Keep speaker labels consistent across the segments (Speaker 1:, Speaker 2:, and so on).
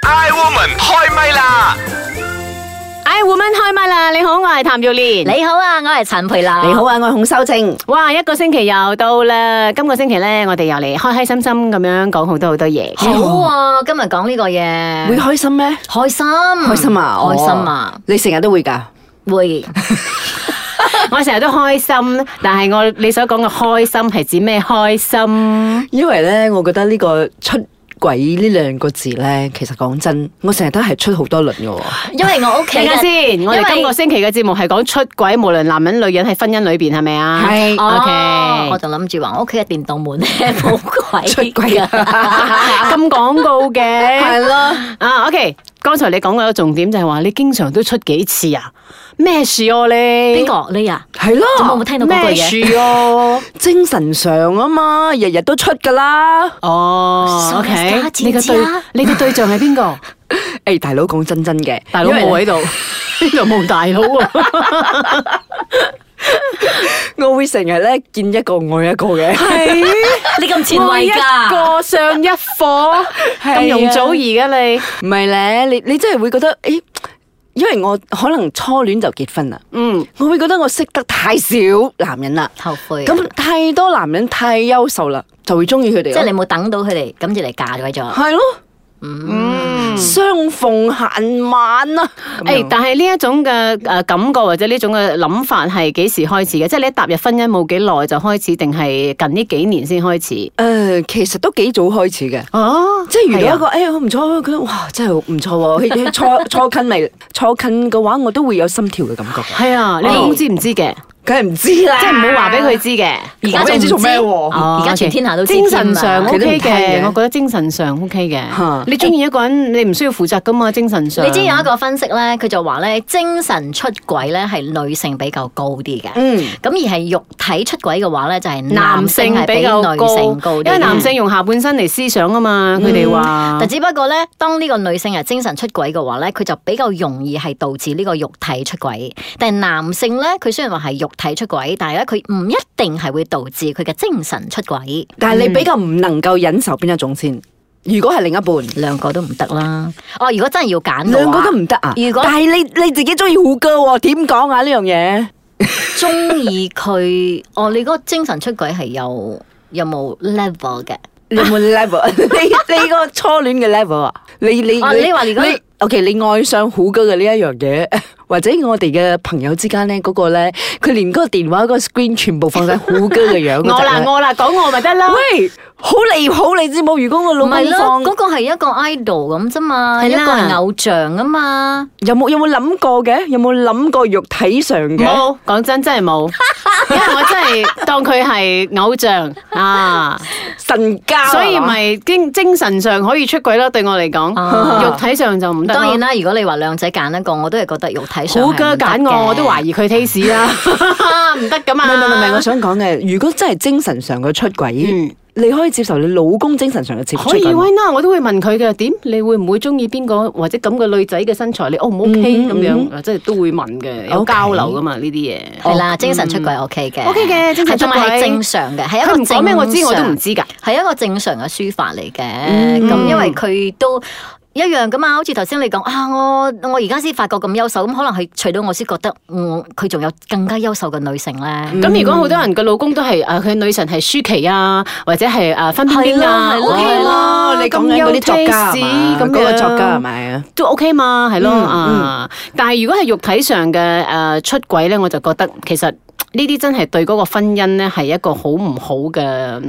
Speaker 1: Iwoman 開唛啦！
Speaker 2: 哎，woman 開唛啦！你好，我係譚耀蓮。
Speaker 3: 你好啊，我係陳培娜。
Speaker 4: 你好啊，我係孔修正。
Speaker 2: 哇，一個星期又到啦！今個星期咧，我哋又嚟開開心心咁樣講好多好多嘢。
Speaker 3: 好啊，今日講呢個嘢，
Speaker 4: 會開心咩？
Speaker 3: 開心，
Speaker 4: 開
Speaker 3: 開
Speaker 4: 心啊！
Speaker 3: 開心啊
Speaker 4: 哦！，你成日都會㗎。
Speaker 3: 會
Speaker 2: 我成日都開心，但係我你所講嘅開心係指咩開心？
Speaker 4: 因為咧，我覺得呢個出軌呢兩個字咧，其實講真，我成日都係出好多輪嘅喎。
Speaker 3: 因為我屋企
Speaker 2: 睇下
Speaker 3: 嘅
Speaker 2: 先，我
Speaker 3: 因
Speaker 2: 哋
Speaker 3: 為
Speaker 2: 今個星期嘅節目係講出軌，無論男人女人喺婚姻裏邊係咪啊？
Speaker 4: 係
Speaker 2: Ờ.
Speaker 3: 哦
Speaker 2: OK
Speaker 3: 我就諗住話我屋企嘅電動門 咧冇鬼
Speaker 4: 出軌 啊
Speaker 2: 咁廣告嘅。
Speaker 4: 咯，
Speaker 2: 啊，OK，剛 Ờ, 才你講嘅重點就係話你經常都出幾次啊？咩事哦、你？
Speaker 3: 邊？個你啊？
Speaker 4: 係
Speaker 3: 做乜冇
Speaker 4: 咯，
Speaker 3: 聽到嗰
Speaker 2: 咩
Speaker 3: 句嘢？
Speaker 2: 事哦、
Speaker 4: 精神上啊嘛，日日都出㗎啦。
Speaker 2: 哦
Speaker 3: 傻
Speaker 2: Ờ, ，OK，
Speaker 3: 傻
Speaker 2: 你個
Speaker 3: 賤
Speaker 2: 對
Speaker 3: 渣
Speaker 2: 你個對象係邊個？
Speaker 4: 誒、大佬講真真嘅，
Speaker 2: 大佬
Speaker 4: 因為
Speaker 2: 冇喺 度，邊度冇大佬啊？
Speaker 4: 我會成日咧見一個愛一個嘅。係
Speaker 3: 你咁前
Speaker 2: 愛一
Speaker 3: 衛㗎？
Speaker 2: 個上一課，咁容祖兒嘅你，
Speaker 4: 唔係咧？你你真係會覺得誒、咦因為我可能初戀就結婚啦，
Speaker 2: 嗯，
Speaker 4: 我會覺得我識得太少男人啦。
Speaker 3: 後悔。
Speaker 4: 咁太多男人太優秀啦，就會中意佢哋咯。
Speaker 3: 即係你冇等到佢哋，咁就嚟嫁鬼咗。
Speaker 4: 係咯，
Speaker 3: 嗯
Speaker 4: 嗯相逢恨晚啊！咁
Speaker 2: 誒
Speaker 4: 樣，
Speaker 2: 但係呢一種嘅誒感覺或者呢種嘅諗法係幾時開始嘅？即係你一踏入婚姻冇幾耐就開始，定係近呢幾年先開始？
Speaker 4: 誒，其實都幾早開始嘅。
Speaker 2: 哦，
Speaker 4: 即係遇到一
Speaker 2: 係
Speaker 4: 個
Speaker 2: 啊，
Speaker 4: 誒好唔錯，佢哇真係好唔錯喎！ 佢佢初初近嚟初近嘅話，我都會有心跳嘅感覺。
Speaker 2: 係啊，你老公知唔知嘅？
Speaker 4: 梗係唔知啦，
Speaker 2: 即係唔好話
Speaker 4: À.
Speaker 2: 俾佢知嘅。
Speaker 3: 而
Speaker 4: 我
Speaker 3: 仲哦
Speaker 4: 唔知做咩喎
Speaker 3: 而而家全天下都知
Speaker 2: 精
Speaker 3: 添啊
Speaker 2: 神上
Speaker 4: 佢都唔
Speaker 2: OK
Speaker 4: 聽
Speaker 2: 嘅，
Speaker 4: 嘅
Speaker 2: 我覺得精神上 OK 嘅
Speaker 4: 嚇。
Speaker 2: 你中意一個人，你唔需要負責噶嘛，精神上。
Speaker 3: 你知有一個分析咧，佢就話咧精神出軌咧係女性比較高啲嘅，咁、
Speaker 4: 嗯
Speaker 3: 而係肉體出軌嘅話咧就係
Speaker 2: 男
Speaker 3: 男性
Speaker 2: 性
Speaker 3: 係比
Speaker 2: 比較
Speaker 3: 女
Speaker 2: 高，
Speaker 3: 性高啲，嗯
Speaker 2: 因為男性用下半身嚟思想啊嘛，佢哋話
Speaker 3: 但只不過咧，當呢個女性係精神出軌嘅話咧，佢就比較容易係導致呢個肉體出軌。但係男性咧，佢雖然話係肉體出軌，但係咧佢唔一定係會導致佢嘅精神出軌。
Speaker 4: 但係你比較唔能夠忍受邊一種先？如果係另一半，
Speaker 3: 兩個都唔得啦。哦，如果真係要揀嘅
Speaker 4: 兩
Speaker 3: 話
Speaker 4: 個都唔得啊！
Speaker 3: 如果
Speaker 4: 但係你你自己中意胡歌喎，點講啊呢樣嘢？
Speaker 3: 中意佢，哦，你嗰個精神出軌係有有冇 level 嘅？
Speaker 4: 你有 冇 level？你 你個初戀嘅 level 啊？你你
Speaker 3: 哦你話如果
Speaker 4: OK，你愛上虎哥嘅呢一樣嘢， 或者我哋嘅朋友之間咧嗰個咧，佢連嗰個電話嗰個 screen 全部放晒虎哥嘅樣嗰
Speaker 2: 我
Speaker 4: 隻呢。
Speaker 2: 啦 我啦，講我咪得啦。
Speaker 4: 喂，好離譜你知冇？如果我
Speaker 3: 唔
Speaker 4: 老
Speaker 3: 係
Speaker 4: 公
Speaker 3: 咯，
Speaker 4: 放
Speaker 3: 嗰、個係一個 idol 咁啫嘛，
Speaker 2: 係
Speaker 3: 一個
Speaker 2: 啦
Speaker 3: 係偶像啊嘛。
Speaker 4: 有冇有冇諗過嘅？有冇諗過肉體上嘅？
Speaker 2: 冇，講真 真係冇，因為我真係當佢係偶像 啊，
Speaker 4: 神交啊，
Speaker 2: 所以
Speaker 4: 係嘛
Speaker 2: 咪精精神上可以出軌咯，對我嚟講，
Speaker 3: 啊
Speaker 2: 肉體上就唔得咯。
Speaker 3: 當然啦，如果你話靚仔揀一個，我都係覺得肉體上
Speaker 2: 虎哥揀我，我都懷
Speaker 3: 疑。
Speaker 2: 疑佢 taste 啦，唔得噶嘛。
Speaker 4: 唔係唔係唔係，我想講嘅，如果真係精神上嘅出軌，
Speaker 2: 嗯
Speaker 4: 你可以接受你老公精神上嘅接出
Speaker 2: 可以啊
Speaker 4: 軌嗎。
Speaker 2: 威啦，我都會問佢嘅點，你會唔會中意邊個或者咁嘅女仔嘅身材，你 O 唔 OK
Speaker 4: 嗯
Speaker 2: 咁樣？啊即係都會問嘅，有
Speaker 4: OK 哦
Speaker 2: 交流噶嘛呢啲嘢。
Speaker 3: 係啦，精神出軌 O K 嘅
Speaker 2: 哦嗯 OK 嘅精神
Speaker 3: 係同埋
Speaker 2: 出軌
Speaker 3: 係正常嘅，係一
Speaker 2: 佢
Speaker 3: 個
Speaker 2: 唔講
Speaker 3: 正
Speaker 2: 咩，我知我都唔知㗎。
Speaker 3: 係一個正常嘅抒發嚟嘅。
Speaker 4: 嗯
Speaker 3: 咁因為佢都。一樣噶嘛，好似頭先你講啊，我我而家先發覺咁優秀，咁可能係除到我先覺得，嗯，佢仲有更加優秀嘅女性咧。
Speaker 2: 咁
Speaker 4: 嗯
Speaker 2: 如果好多人嘅老公都係誒呃佢女神係舒淇啊，或者係誒分邊邊啊
Speaker 3: 係咯
Speaker 2: ，OK
Speaker 3: 係
Speaker 2: 啦
Speaker 3: 咯，
Speaker 4: 你講緊嗰啲作家係啊
Speaker 2: 咁
Speaker 4: 嘛？嗰個作家
Speaker 2: 咪？
Speaker 4: 係咪啊？
Speaker 2: 都 OK 嘛，係咯
Speaker 4: 嗯
Speaker 2: 啊！但係如果係肉體上嘅誒出軌咧，我就覺得其實。呢啲真係對嗰個婚姻咧係一個好唔好嘅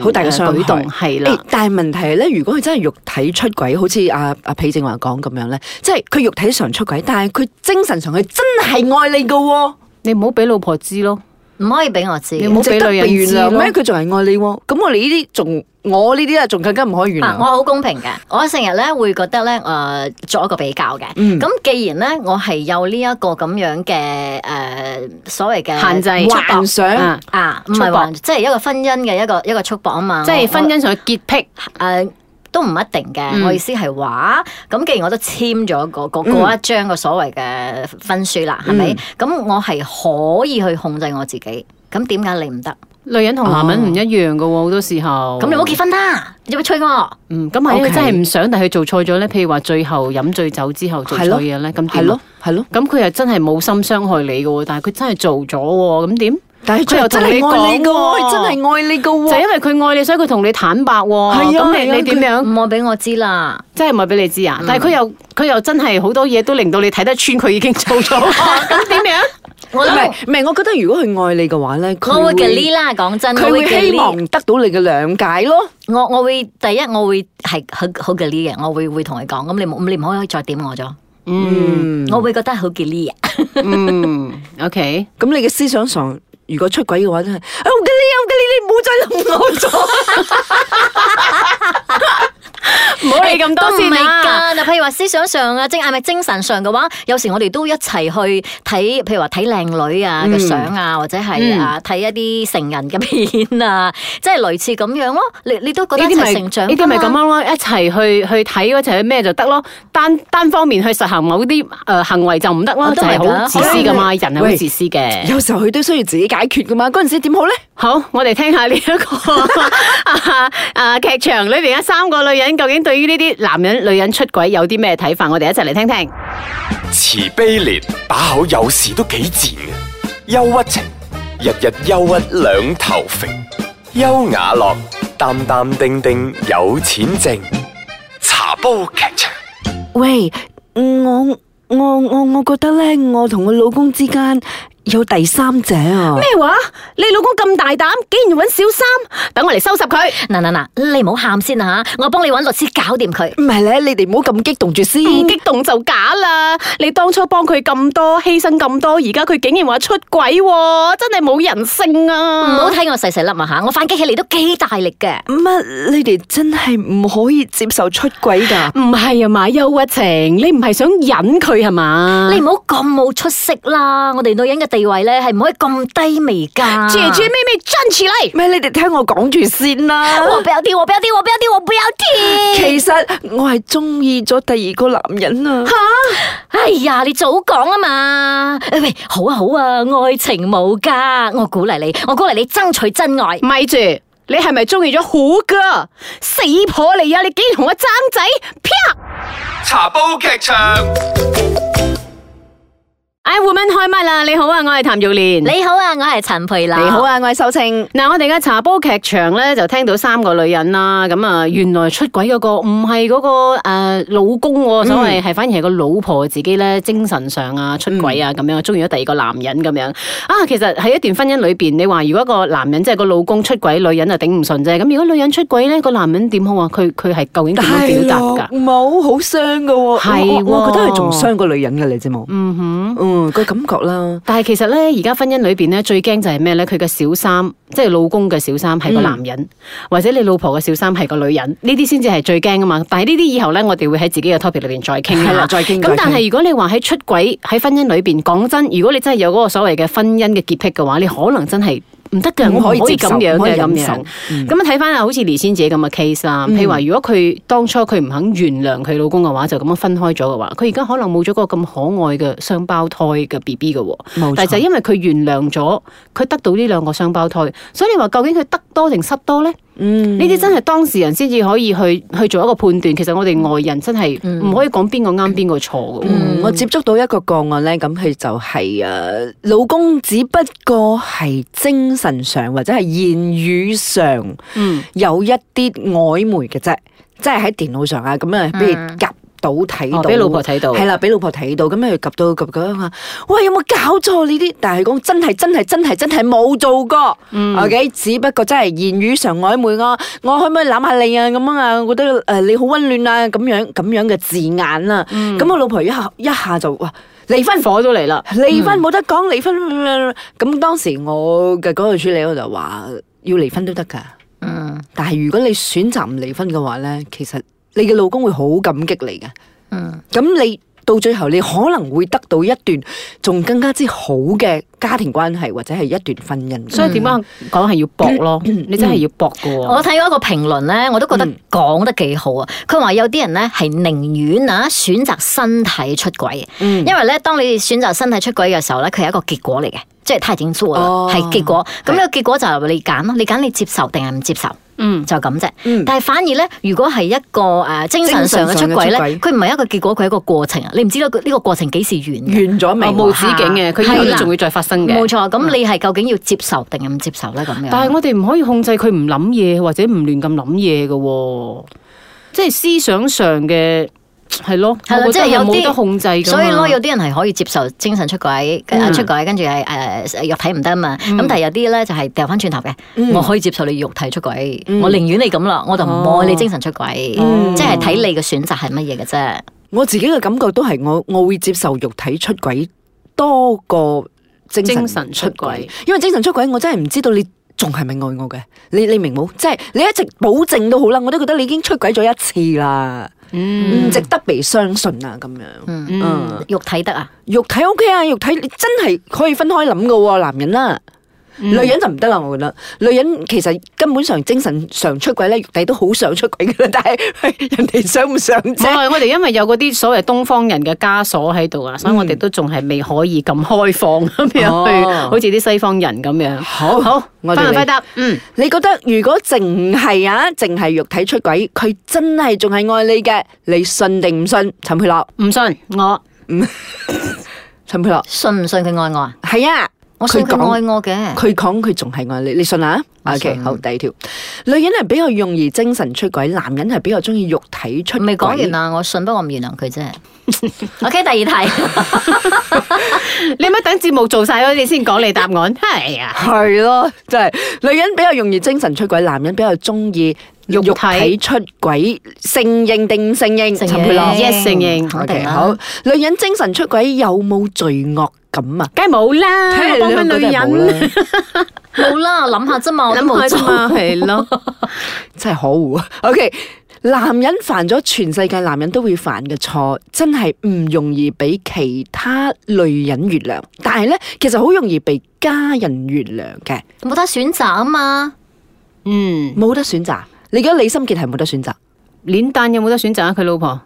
Speaker 4: 好大嘅
Speaker 2: 呃
Speaker 4: 傷害
Speaker 2: 舉動，係
Speaker 4: 誒
Speaker 2: 啦，
Speaker 4: 但係問題係咧，如果佢真係肉體出軌，好似阿阿皮正話講咁樣咧，即係佢肉體上出軌，但係佢精神上佢真係愛你噶喎，
Speaker 2: 你唔好俾老婆知咯。
Speaker 3: 唔可以俾我知。
Speaker 2: 你冇
Speaker 4: 值得
Speaker 2: 俾女人
Speaker 4: 被原
Speaker 2: 知
Speaker 4: 諒
Speaker 2: 咯
Speaker 4: 咩？佢仲係愛你喎，咁我哋呢啲仲我呢啲啊，仲更加唔可以原
Speaker 3: 嗱，我
Speaker 4: 諒。
Speaker 3: 好公平嘅，我成日咧會覺得咧，誒、作一個比較嘅。咁、
Speaker 4: 嗯
Speaker 3: 既然咧我係有呢一個咁樣嘅誒、所謂嘅
Speaker 2: 限制
Speaker 3: 束縛
Speaker 4: 幻想
Speaker 2: 啊
Speaker 3: 啊，唔
Speaker 2: 束
Speaker 3: 係
Speaker 2: 縛
Speaker 3: 話即係一個婚姻嘅一個一個束縛啊嘛，
Speaker 2: 即係婚
Speaker 3: 誒、
Speaker 2: 姻上嘅潔癖，
Speaker 3: 呃都唔一定嘅。
Speaker 2: 嗯
Speaker 3: 我意思係話，咁既然我都簽咗嗰嗰嗰一
Speaker 2: 嗯
Speaker 3: 張個所謂嘅婚書啦，係咪？咁我係可以去控制我自己，咁點解你唔得？
Speaker 2: 女人同男人唔一樣噶喎，好多時候。
Speaker 3: 哦咁你唔好結婚啦，你做乜催我？
Speaker 2: 嗯，咁萬一佢
Speaker 4: OK
Speaker 2: 真係唔想，但係佢做錯咗咧，譬如話最後飲醉酒之後做錯嘢咧，咁點
Speaker 4: 系
Speaker 2: 啊
Speaker 4: 咯？系咯，
Speaker 2: 咁佢又真係冇心傷害你嘅喎，但係佢真係做咗喎，咁點？
Speaker 4: 但系
Speaker 2: 佢又
Speaker 4: 真
Speaker 2: 同
Speaker 4: 系
Speaker 2: 你
Speaker 4: 爱你噶
Speaker 2: 講
Speaker 4: 喎，
Speaker 2: 喎
Speaker 4: 真系愛你噶
Speaker 2: 就
Speaker 4: 喎。
Speaker 2: 因為佢愛你，所以佢同你坦白喎。
Speaker 4: 係啊
Speaker 2: 咁
Speaker 4: 係
Speaker 2: 你
Speaker 4: 啊
Speaker 2: 你點樣？
Speaker 3: 唔愛俾我知啦，
Speaker 2: 真係唔係俾你知啊！但係佢又佢又真係好多嘢都令到你睇得穿，佢已經做咗。咁點樣？
Speaker 3: 我
Speaker 4: 唔
Speaker 3: 諗
Speaker 4: 係唔系，我覺得如果佢愛你嘅話咧，佢
Speaker 3: 我會
Speaker 4: 會
Speaker 3: 嘅呢啦，講真，
Speaker 4: 佢
Speaker 3: 我會
Speaker 4: 會
Speaker 3: glee
Speaker 4: 希望得到你嘅諒解咯。
Speaker 3: 我我會第一我會係好好嘅呢嘅，我會會同佢講，咁你冇你唔可以再點我咗，
Speaker 4: 嗯，
Speaker 3: 我會覺得好嘅呢啊，
Speaker 2: 嗯，OK。
Speaker 4: 咁你嘅思想上，如果出軌嘅話，真係，啊我嘅你，我嘅你，你唔好再諗 我咗。
Speaker 2: 唔好理咁
Speaker 3: 都
Speaker 2: 多
Speaker 3: 唔
Speaker 2: 先啊
Speaker 3: 係
Speaker 2: 啦。
Speaker 3: 㗎，嗱，譬如話思想上啊，精係咪精神上嘅話，有時我哋都一齊去睇，譬如話睇靚女啊嘅相啊，或者係
Speaker 2: 嗯
Speaker 3: 啊睇一啲成人嘅片啊， 即係類似咁樣咯。你你都覺得
Speaker 2: 呢
Speaker 3: 一
Speaker 2: 啲咪
Speaker 3: 齊成長㗎嘛，
Speaker 2: 呢啲咪咁樣咯，一齊去去睇一齊去咩就得咯，單單方面去實行某啲誒行為就唔得咯，
Speaker 3: 我都
Speaker 2: 就
Speaker 3: 係
Speaker 2: 係
Speaker 3: 㗎
Speaker 2: 好自私噶嘛，人係好
Speaker 4: 喂
Speaker 2: 自私嘅。
Speaker 4: 有時候佢都需要自己解決噶嘛，嗰陣時點好咧？
Speaker 2: 好，我哋聽下呢、一個 啊啊劇場裏邊嘅三個女人，究竟對於呢啲男人、女人出軌有啲咩睇法？我哋一齊嚟聽聽。
Speaker 1: 慈悲烈把口有時都幾賤嘅，憂鬱情日日憂鬱兩頭肥，優雅樂淡淡定定有錢剩，茶煲劇場。
Speaker 4: 喂，我我我我覺得咧，我同我老公之間有第三者啊。
Speaker 2: 咩話？你老公咁大膽，竟然揾小三，等我嚟收拾佢。
Speaker 3: 嗱嗱嗱，你唔好喊先啊吓，我幫你揾律師搞掂佢。
Speaker 4: 唔係咧，你哋唔好咁激動住先。
Speaker 2: 唔激動就假啦！你當初幫佢咁多，犧牲咁多，而家佢竟然話出軌喎，真係冇人性
Speaker 3: 唔好
Speaker 2: 啊！
Speaker 3: 睇我細細粒啊吓，我反擊起嚟都幾大力嘅。
Speaker 4: 乜？你哋真係唔可以接受出軌㗎？
Speaker 2: 唔係啊嘛，憂鬱情，你唔係想忍佢係嘛？
Speaker 3: 你唔好咁冇出息啦！我哋女人嘅地位咧係唔可以咁低微噶。
Speaker 2: 姐姐妹妹站起嚟！
Speaker 4: 咩？你哋聽我講住先啦。
Speaker 3: 我不要聽，我不要聽，我不要聽，我不要聽。
Speaker 4: 其實我係中意咗第二個男人啊。
Speaker 3: 哎呀，你早講啊嘛！哎喂，好啊好啊，愛情冇噶，我鼓勵你，我鼓勵你爭取真愛。
Speaker 2: 咪住，你係咪中意咗虎哥？死婆嚟啊！你竟然同我爭仔，啪！
Speaker 1: 茶煲劇場。
Speaker 2: 哎，woman 開唛啦！你好啊，我係譚玉蓮。
Speaker 3: 你好啊，我係陳培娜。
Speaker 4: 你好。啊，我係秀清。
Speaker 2: 嗱，我哋嘅茶煲劇場咧就聽到三個女人啦，咁啊，原來出軌嗰個唔係嗰個诶、呃老公喎，所謂係反而係個老婆自己咧精神上啊出軌啊咁樣，中意咗第二個男人咁樣啊。其實喺一段婚姻裏边，你話如果個男人即係個老公出軌，女人就頂唔順啫。咁如果女人出軌咧，個男人點好啊？佢佢係究竟點樣表達㗎？
Speaker 4: 冇好傷噶喎，
Speaker 2: 係
Speaker 4: 我我我覺得
Speaker 2: 喎
Speaker 4: 佢仲傷過女人嘅，你知冇？嗯哼，嗯個感覺啦，
Speaker 2: 但係其實咧，而家婚姻裏邊咧，最驚就係咩咧？佢嘅小三，即係老公嘅小三係個男人，
Speaker 4: 嗯
Speaker 2: 或者你老婆嘅小三係個女人，呢啲先至係最驚噶嘛。但係呢啲以後咧，我哋會喺自己嘅 topic 裏邊再傾
Speaker 4: 係
Speaker 2: 啦
Speaker 4: 啦。再傾
Speaker 2: 咁
Speaker 4: 再
Speaker 2: 但
Speaker 4: 傾
Speaker 2: 係如果你話喺出軌喺婚姻裏邊，講真，如果你真係有嗰個所謂嘅婚姻嘅潔癖嘅話，你可能真係。唔得嘅，
Speaker 4: 唔
Speaker 2: 我
Speaker 4: 可以
Speaker 2: 唔可以
Speaker 4: 接
Speaker 2: 咁
Speaker 4: 受
Speaker 2: 樣
Speaker 4: 唔可以
Speaker 2: 嘅咁
Speaker 4: 忍
Speaker 2: 樣。咁
Speaker 4: 受嗯
Speaker 2: 啊睇翻啊，好似李仙姐咁嘅 case 啦。譬如話，如果佢當初佢唔肯原諒佢老公嘅話，就咁樣分開咗嘅話，佢而家可能冇咗個咁可愛嘅雙胞胎嘅 B B 嘅喎。
Speaker 4: 冇
Speaker 2: 但係就
Speaker 4: 錯。
Speaker 2: 因為佢原諒咗，佢得到呢兩個雙胞胎，所以你話究竟佢得多定失多咧？
Speaker 4: 嗯，
Speaker 2: 呢啲真係當事人先至可以去去做一個判斷。其實我哋外人真係唔可以講邊個啱邊個錯嘅喎。
Speaker 4: 嗯我接觸到一個個案咧，咁佢就係誒老公，只不過係精神上或者係言語上
Speaker 2: 嗯
Speaker 4: 有一啲曖昧嘅啫，即係喺電腦上啊，咁啊俾佢夾到睇
Speaker 2: 哦
Speaker 4: 到，
Speaker 2: 俾老婆睇到
Speaker 4: 係啦，俾老婆睇到，咁佢及到及到話：喂，有冇搞錯呢啲？但係佢講真係真係真係真係冇做過、o k 只不過真係言語上曖昧啊，我可唔可以攬下你啊？咁樣啊，我覺得誒、呃你好温暖啊，咁樣咁樣嘅字眼啦、咁、我老婆一下一下就哇離婚
Speaker 2: 火都嚟啦，
Speaker 4: 離婚冇得講離婚，咁當時我嘅嗰個處理我就話要離婚都得㗎，
Speaker 3: 嗯
Speaker 4: 但係如果你選擇唔離婚嘅話咧，其實你嘅老公會好感激你嘅。
Speaker 3: 嗯，
Speaker 4: 咁你到最後，你可能會得到一段仲更加之好嘅家庭關係，或者係一段婚姻。
Speaker 2: 所以點解啊講係要搏 咯？你真係要搏嘅喎。
Speaker 3: 我睇過一個評論咧，我都覺得
Speaker 4: 嗯
Speaker 3: 講得幾好啊。佢話有啲人咧係寧願啊選擇身體出軌，
Speaker 4: 嗯
Speaker 3: 因為咧當你選擇身體出軌嘅時候咧，佢係一個結果嚟嘅。即係他已經做啦，
Speaker 4: 哦
Speaker 3: 係、結果。咁呢個結果就係你揀咯，你揀你接受定係唔接受。
Speaker 2: 嗯
Speaker 3: 就咁啫。
Speaker 4: 嗯
Speaker 3: 但係反而咧，如果係一個誒、呃精神上嘅出軌咧
Speaker 4: 精神上嘅出軌，
Speaker 3: 佢唔係一個結果，佢係一個過程啊！你唔知道佢呢個過程幾時完嘅。
Speaker 4: 完咗未？啊
Speaker 2: 哦冇止境嘅，佢以後
Speaker 3: 係
Speaker 2: 都
Speaker 3: 啦
Speaker 2: 仲會再發生嘅。
Speaker 3: 冇錯，咁你係究竟要接受定係唔接受咧？咁樣，
Speaker 2: 但係我哋唔可以控制佢唔諗嘢或者唔亂咁諗嘢嘅喎，即係思想上嘅係咯，
Speaker 3: 係啦
Speaker 2: 我覺得
Speaker 3: 即係有
Speaker 2: 係冇
Speaker 3: 啲
Speaker 2: 得控制㗎嘛
Speaker 3: 所以咯，有啲人係可以接受精神出軌，
Speaker 2: 啊嗯
Speaker 3: 呃出軌跟住係誒肉體唔得啊嘛。咁、
Speaker 2: 嗯
Speaker 3: 但係有啲咧就係掉翻轉頭嘅，
Speaker 4: 嗯
Speaker 3: 我可以接受你肉體出軌，
Speaker 4: 嗯
Speaker 3: 我寧願你咁啦，我就唔愛你精神出軌，
Speaker 2: 哦
Speaker 4: 嗯
Speaker 3: 即係睇你嘅選擇係乜嘢嘅啫。
Speaker 4: 我自己嘅感覺都係我我會接受肉體出軌多過精
Speaker 2: 精
Speaker 4: 神
Speaker 2: 神
Speaker 4: 出
Speaker 2: 出
Speaker 4: 軌
Speaker 2: 軌，
Speaker 4: 因為精神出軌我真係唔知道你仲係咪愛我嘅，你你明冇？即係你一直保證都好啦，我都覺得你已經出軌咗一次啦，唔、
Speaker 2: 嗯
Speaker 4: 值得被相信啊咁樣。
Speaker 3: 嗯，
Speaker 2: 嗯
Speaker 4: 嗯
Speaker 3: 肉體得啊，
Speaker 4: 肉體 O K 啊，肉體你真係可以分開諗噶喎，男人啦、女人就唔得啦，我覺得女人其實根本上精神上出軌咧，肉體都好想出軌噶啦，但係人哋想唔想
Speaker 2: 唔係
Speaker 4: 啫？
Speaker 2: 我哋因為有嗰啲所謂東方人嘅枷鎖喺度啊，所以我哋都仲係未可以咁開放咁樣去，
Speaker 4: 哦
Speaker 2: 好似啲西方人咁樣。
Speaker 4: 好
Speaker 2: 好，
Speaker 4: 我
Speaker 2: 快
Speaker 4: 哋嚟
Speaker 2: 問快答，嗯，
Speaker 4: 你覺得如果淨係啊，淨係肉體出軌，佢真係仲係愛你嘅，你信定唔信？陳佩樂，
Speaker 2: 唔信我，
Speaker 4: 陳佩樂，
Speaker 3: 信唔信佢愛我啊？
Speaker 4: 係啊，
Speaker 3: 我信佢
Speaker 4: 佢講
Speaker 3: 愛我嘅。
Speaker 4: 佢講佢仲係愛你，你信啊
Speaker 3: 我
Speaker 4: ？OK，
Speaker 3: 信
Speaker 4: 好，第二條，女人係比較容易精神出軌，男人係比較中意肉體出軌。
Speaker 3: 未講完啊！我信，不過唔原諒佢啫。OK，第二題，
Speaker 2: 你咪等節目做晒咗，你先講你答案。係啊，
Speaker 4: 系咯，真係女人比較容易精神出軌，男人比較中意
Speaker 2: 肉體
Speaker 4: 體出軌，承認定唔承認？
Speaker 3: 承認
Speaker 4: 陳佩樂
Speaker 2: Yes，承認
Speaker 3: 肯
Speaker 4: OK，
Speaker 3: 定啊啦。
Speaker 4: 好，女人精神出軌有冇罪惡感啊？
Speaker 2: 梗係冇啦，
Speaker 4: 睇
Speaker 2: 我
Speaker 4: 嚟
Speaker 2: 幫緊
Speaker 4: 兩個
Speaker 2: 女
Speaker 4: 都係冇
Speaker 2: 人
Speaker 4: 啦，
Speaker 3: 冇啦，諗下啫嘛，我都冇
Speaker 2: 諗下啫
Speaker 3: 做。
Speaker 2: 嘛，係咯。
Speaker 4: 真係可惡啊。OK，男人犯咗全世界男人都會犯嘅錯，真係唔容易俾其他女人原諒，但係咧其實好容易被家人原諒嘅，
Speaker 3: 冇得選擇啊嘛，
Speaker 2: 嗯，
Speaker 4: 冇得選擇。你覺得李心潔係冇得選擇？
Speaker 2: 鏈蛋有冇得選擇啊？佢老婆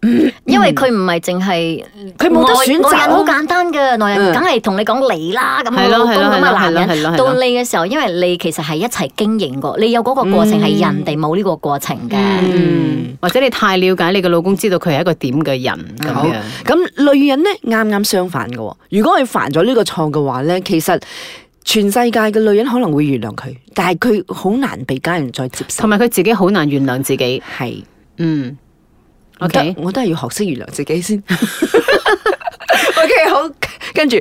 Speaker 2: 嗯
Speaker 3: 因為佢唔係淨係
Speaker 4: 佢冇得
Speaker 3: 內內
Speaker 4: 選
Speaker 3: 人好
Speaker 4: 擇啊。
Speaker 3: 簡單嘅，內
Speaker 4: 嗯
Speaker 3: 人梗係同你講你啦，咁
Speaker 2: 係
Speaker 3: 老
Speaker 2: 咯
Speaker 3: 公
Speaker 2: 係咯係咯
Speaker 3: 咁嘅男
Speaker 2: 係咯係
Speaker 3: 人
Speaker 2: 咯
Speaker 3: 到你嘅時候，因為你其實係一齊經營過，你有嗰個過程係人哋冇呢個過程嘅。
Speaker 4: 嗯。
Speaker 2: 或者你太了解你嘅老公，知道佢係一個點嘅人咁
Speaker 4: 好
Speaker 2: 樣。
Speaker 4: 咁女人咧啱啱相反嘅喎，如果佢犯咗呢個錯嘅話咧，其實全世界嘅女人可能會原諒佢，但係佢好難被家人再接受
Speaker 2: 同。埋佢自己好難原諒自己，
Speaker 4: 係
Speaker 2: 嗯
Speaker 4: 我覺得
Speaker 2: ，OK，
Speaker 4: 我都係要學識原諒自己先。OK，好，跟住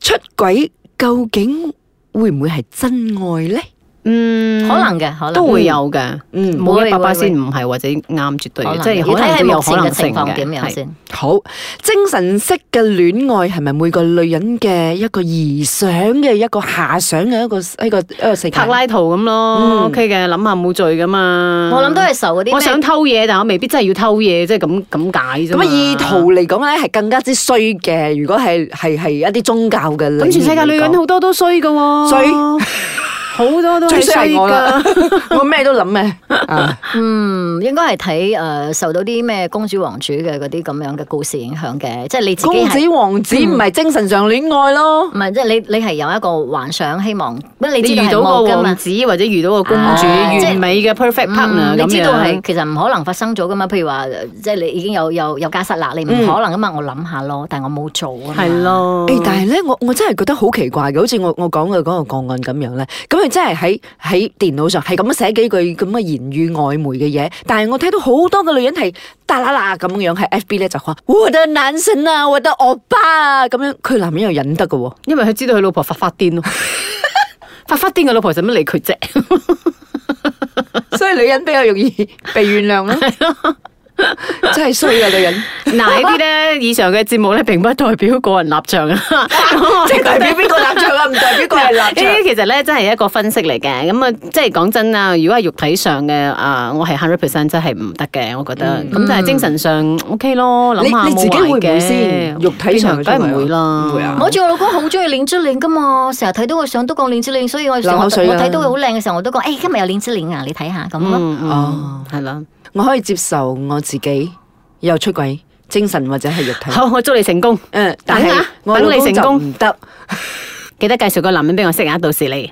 Speaker 4: 出軌究竟會唔會係真愛咧？
Speaker 2: 嗯，
Speaker 3: 可能嘅，可能
Speaker 2: 都會有嘅，
Speaker 4: 嗯，
Speaker 2: 冇一
Speaker 3: 會
Speaker 2: 百巴
Speaker 3: 會
Speaker 2: 先唔係或者啱絕對
Speaker 3: 嗯可能
Speaker 2: 嘅，
Speaker 3: 嘅
Speaker 2: 即係
Speaker 3: 要
Speaker 2: 可
Speaker 3: 睇
Speaker 2: 能
Speaker 3: 係
Speaker 2: 都有
Speaker 3: 目
Speaker 2: 可
Speaker 3: 前嘅
Speaker 2: 能性
Speaker 3: 情況點
Speaker 2: 嘅。
Speaker 3: 樣
Speaker 2: 係
Speaker 3: 先。
Speaker 4: 好，精神式嘅戀愛係咪每個女人嘅一個異想嘅一個遐想嘅一個一個一個世界
Speaker 2: 柏？拉圖咁
Speaker 4: 嗯
Speaker 2: 咯，OK 嘅，諗下冇罪噶嘛。
Speaker 3: 我諗都係受嗰啲
Speaker 2: 嗯我想
Speaker 3: 咩
Speaker 2: 偷嘢，但我未必真係要偷嘢，即係咁咁解啫
Speaker 4: 咁
Speaker 2: 嘛。
Speaker 4: 啊，意圖嚟講咧係更加之衰嘅。如果係係係一啲宗教嘅理念嚟講，
Speaker 2: 咁全世界女人好多都衰噶喎，
Speaker 4: 衰
Speaker 2: 好多都
Speaker 4: 最
Speaker 2: 係
Speaker 4: 衰
Speaker 2: 衰
Speaker 4: 係我啦
Speaker 2: 噶。，
Speaker 4: 我咩都諗嘅。啊
Speaker 3: 嗯，應該係睇誒受到啲咩公主王主嘅嗰啲咁樣嘅故事影響嘅，即係你自己
Speaker 4: 公
Speaker 3: 係
Speaker 4: 子王子唔係精神上戀愛咯
Speaker 3: 唔，係即係你你係有一個幻想希望，不過你
Speaker 2: 你
Speaker 3: 知道
Speaker 2: 遇
Speaker 3: 係
Speaker 2: 到個
Speaker 3: 冇㗎
Speaker 2: 王
Speaker 3: 嘛。
Speaker 2: 子或者遇到個公主，
Speaker 3: 啊即係
Speaker 2: 完美嘅 perfect
Speaker 3: 嗯
Speaker 2: partner
Speaker 3: 你
Speaker 2: 咁
Speaker 3: 知道係
Speaker 2: 樣。
Speaker 3: 其實唔可能發生咗噶嘛？譬如話，呃即係你已經有有有家室啦，你唔
Speaker 4: 嗯
Speaker 3: 可能噶嘛？我諗下咯，但係我冇做啊嘛。
Speaker 2: 係，咯，
Speaker 4: 誒，但係咧，我我真係覺得好奇怪嘅，好似我我講嘅嗰個個案咁樣咧，咁佢真係喺喺電腦上係咁寫幾句咁嘅言語曖昧嘅嘢，但係我睇到好多嘅女人係嗒啦啦咁樣喺 FB 咧就話我的男神啊，我的惡霸啊咁樣，佢男人又忍得嘅喎。
Speaker 2: 因為佢知道佢老婆發發癲 咯，發發癲嘅老婆使乜理佢啫？
Speaker 4: 所以女人比較容易 被原諒啦。真係衰啊！女 人，
Speaker 2: 嗱呢啲咧，以上嘅節目咧並不代表個人立場 啊，咁我
Speaker 4: 即係
Speaker 2: 哋
Speaker 4: 代表邊個立場啊？唔代表個人 立
Speaker 2: 呢
Speaker 4: 場。
Speaker 2: 啲其實咧真係一個分析嚟嘅，咁啊即係講真啦，如果係肉體上嘅啊，我係 hundred percent 真係唔得嘅，我覺得。咁、但係精神上 OK 咯，諗下
Speaker 4: 嗯你你自己
Speaker 2: 冇壞
Speaker 4: 會唔會
Speaker 2: 嘅
Speaker 4: 先肉體上
Speaker 2: 正常
Speaker 4: 嘅
Speaker 2: 梗係
Speaker 4: 出軌啊
Speaker 2: 唔會啦，
Speaker 4: 唔會啊
Speaker 3: 我住我老公好中意鏈珠鏈噶嘛，成日睇到佢上都講鏈珠鏈，所以我
Speaker 4: 流口
Speaker 3: 我
Speaker 4: 水啊
Speaker 3: 睇到佢好靚嘅時候，我都講哎誒今日有鏈珠鏈啊，你
Speaker 2: 嗯
Speaker 3: 睇下咁咯。
Speaker 4: 哦
Speaker 2: 嗯嗯，係啦、
Speaker 4: 我可以接受我自己有出軌，精神或者係肉體。
Speaker 2: 好，我祝你成功，
Speaker 4: 嗯，但係
Speaker 2: 等啊
Speaker 4: 我老
Speaker 2: 等你
Speaker 4: 公
Speaker 2: 成
Speaker 4: 就
Speaker 2: 功
Speaker 4: 唔得。
Speaker 2: 記得介紹個男人俾我識啊，到時你。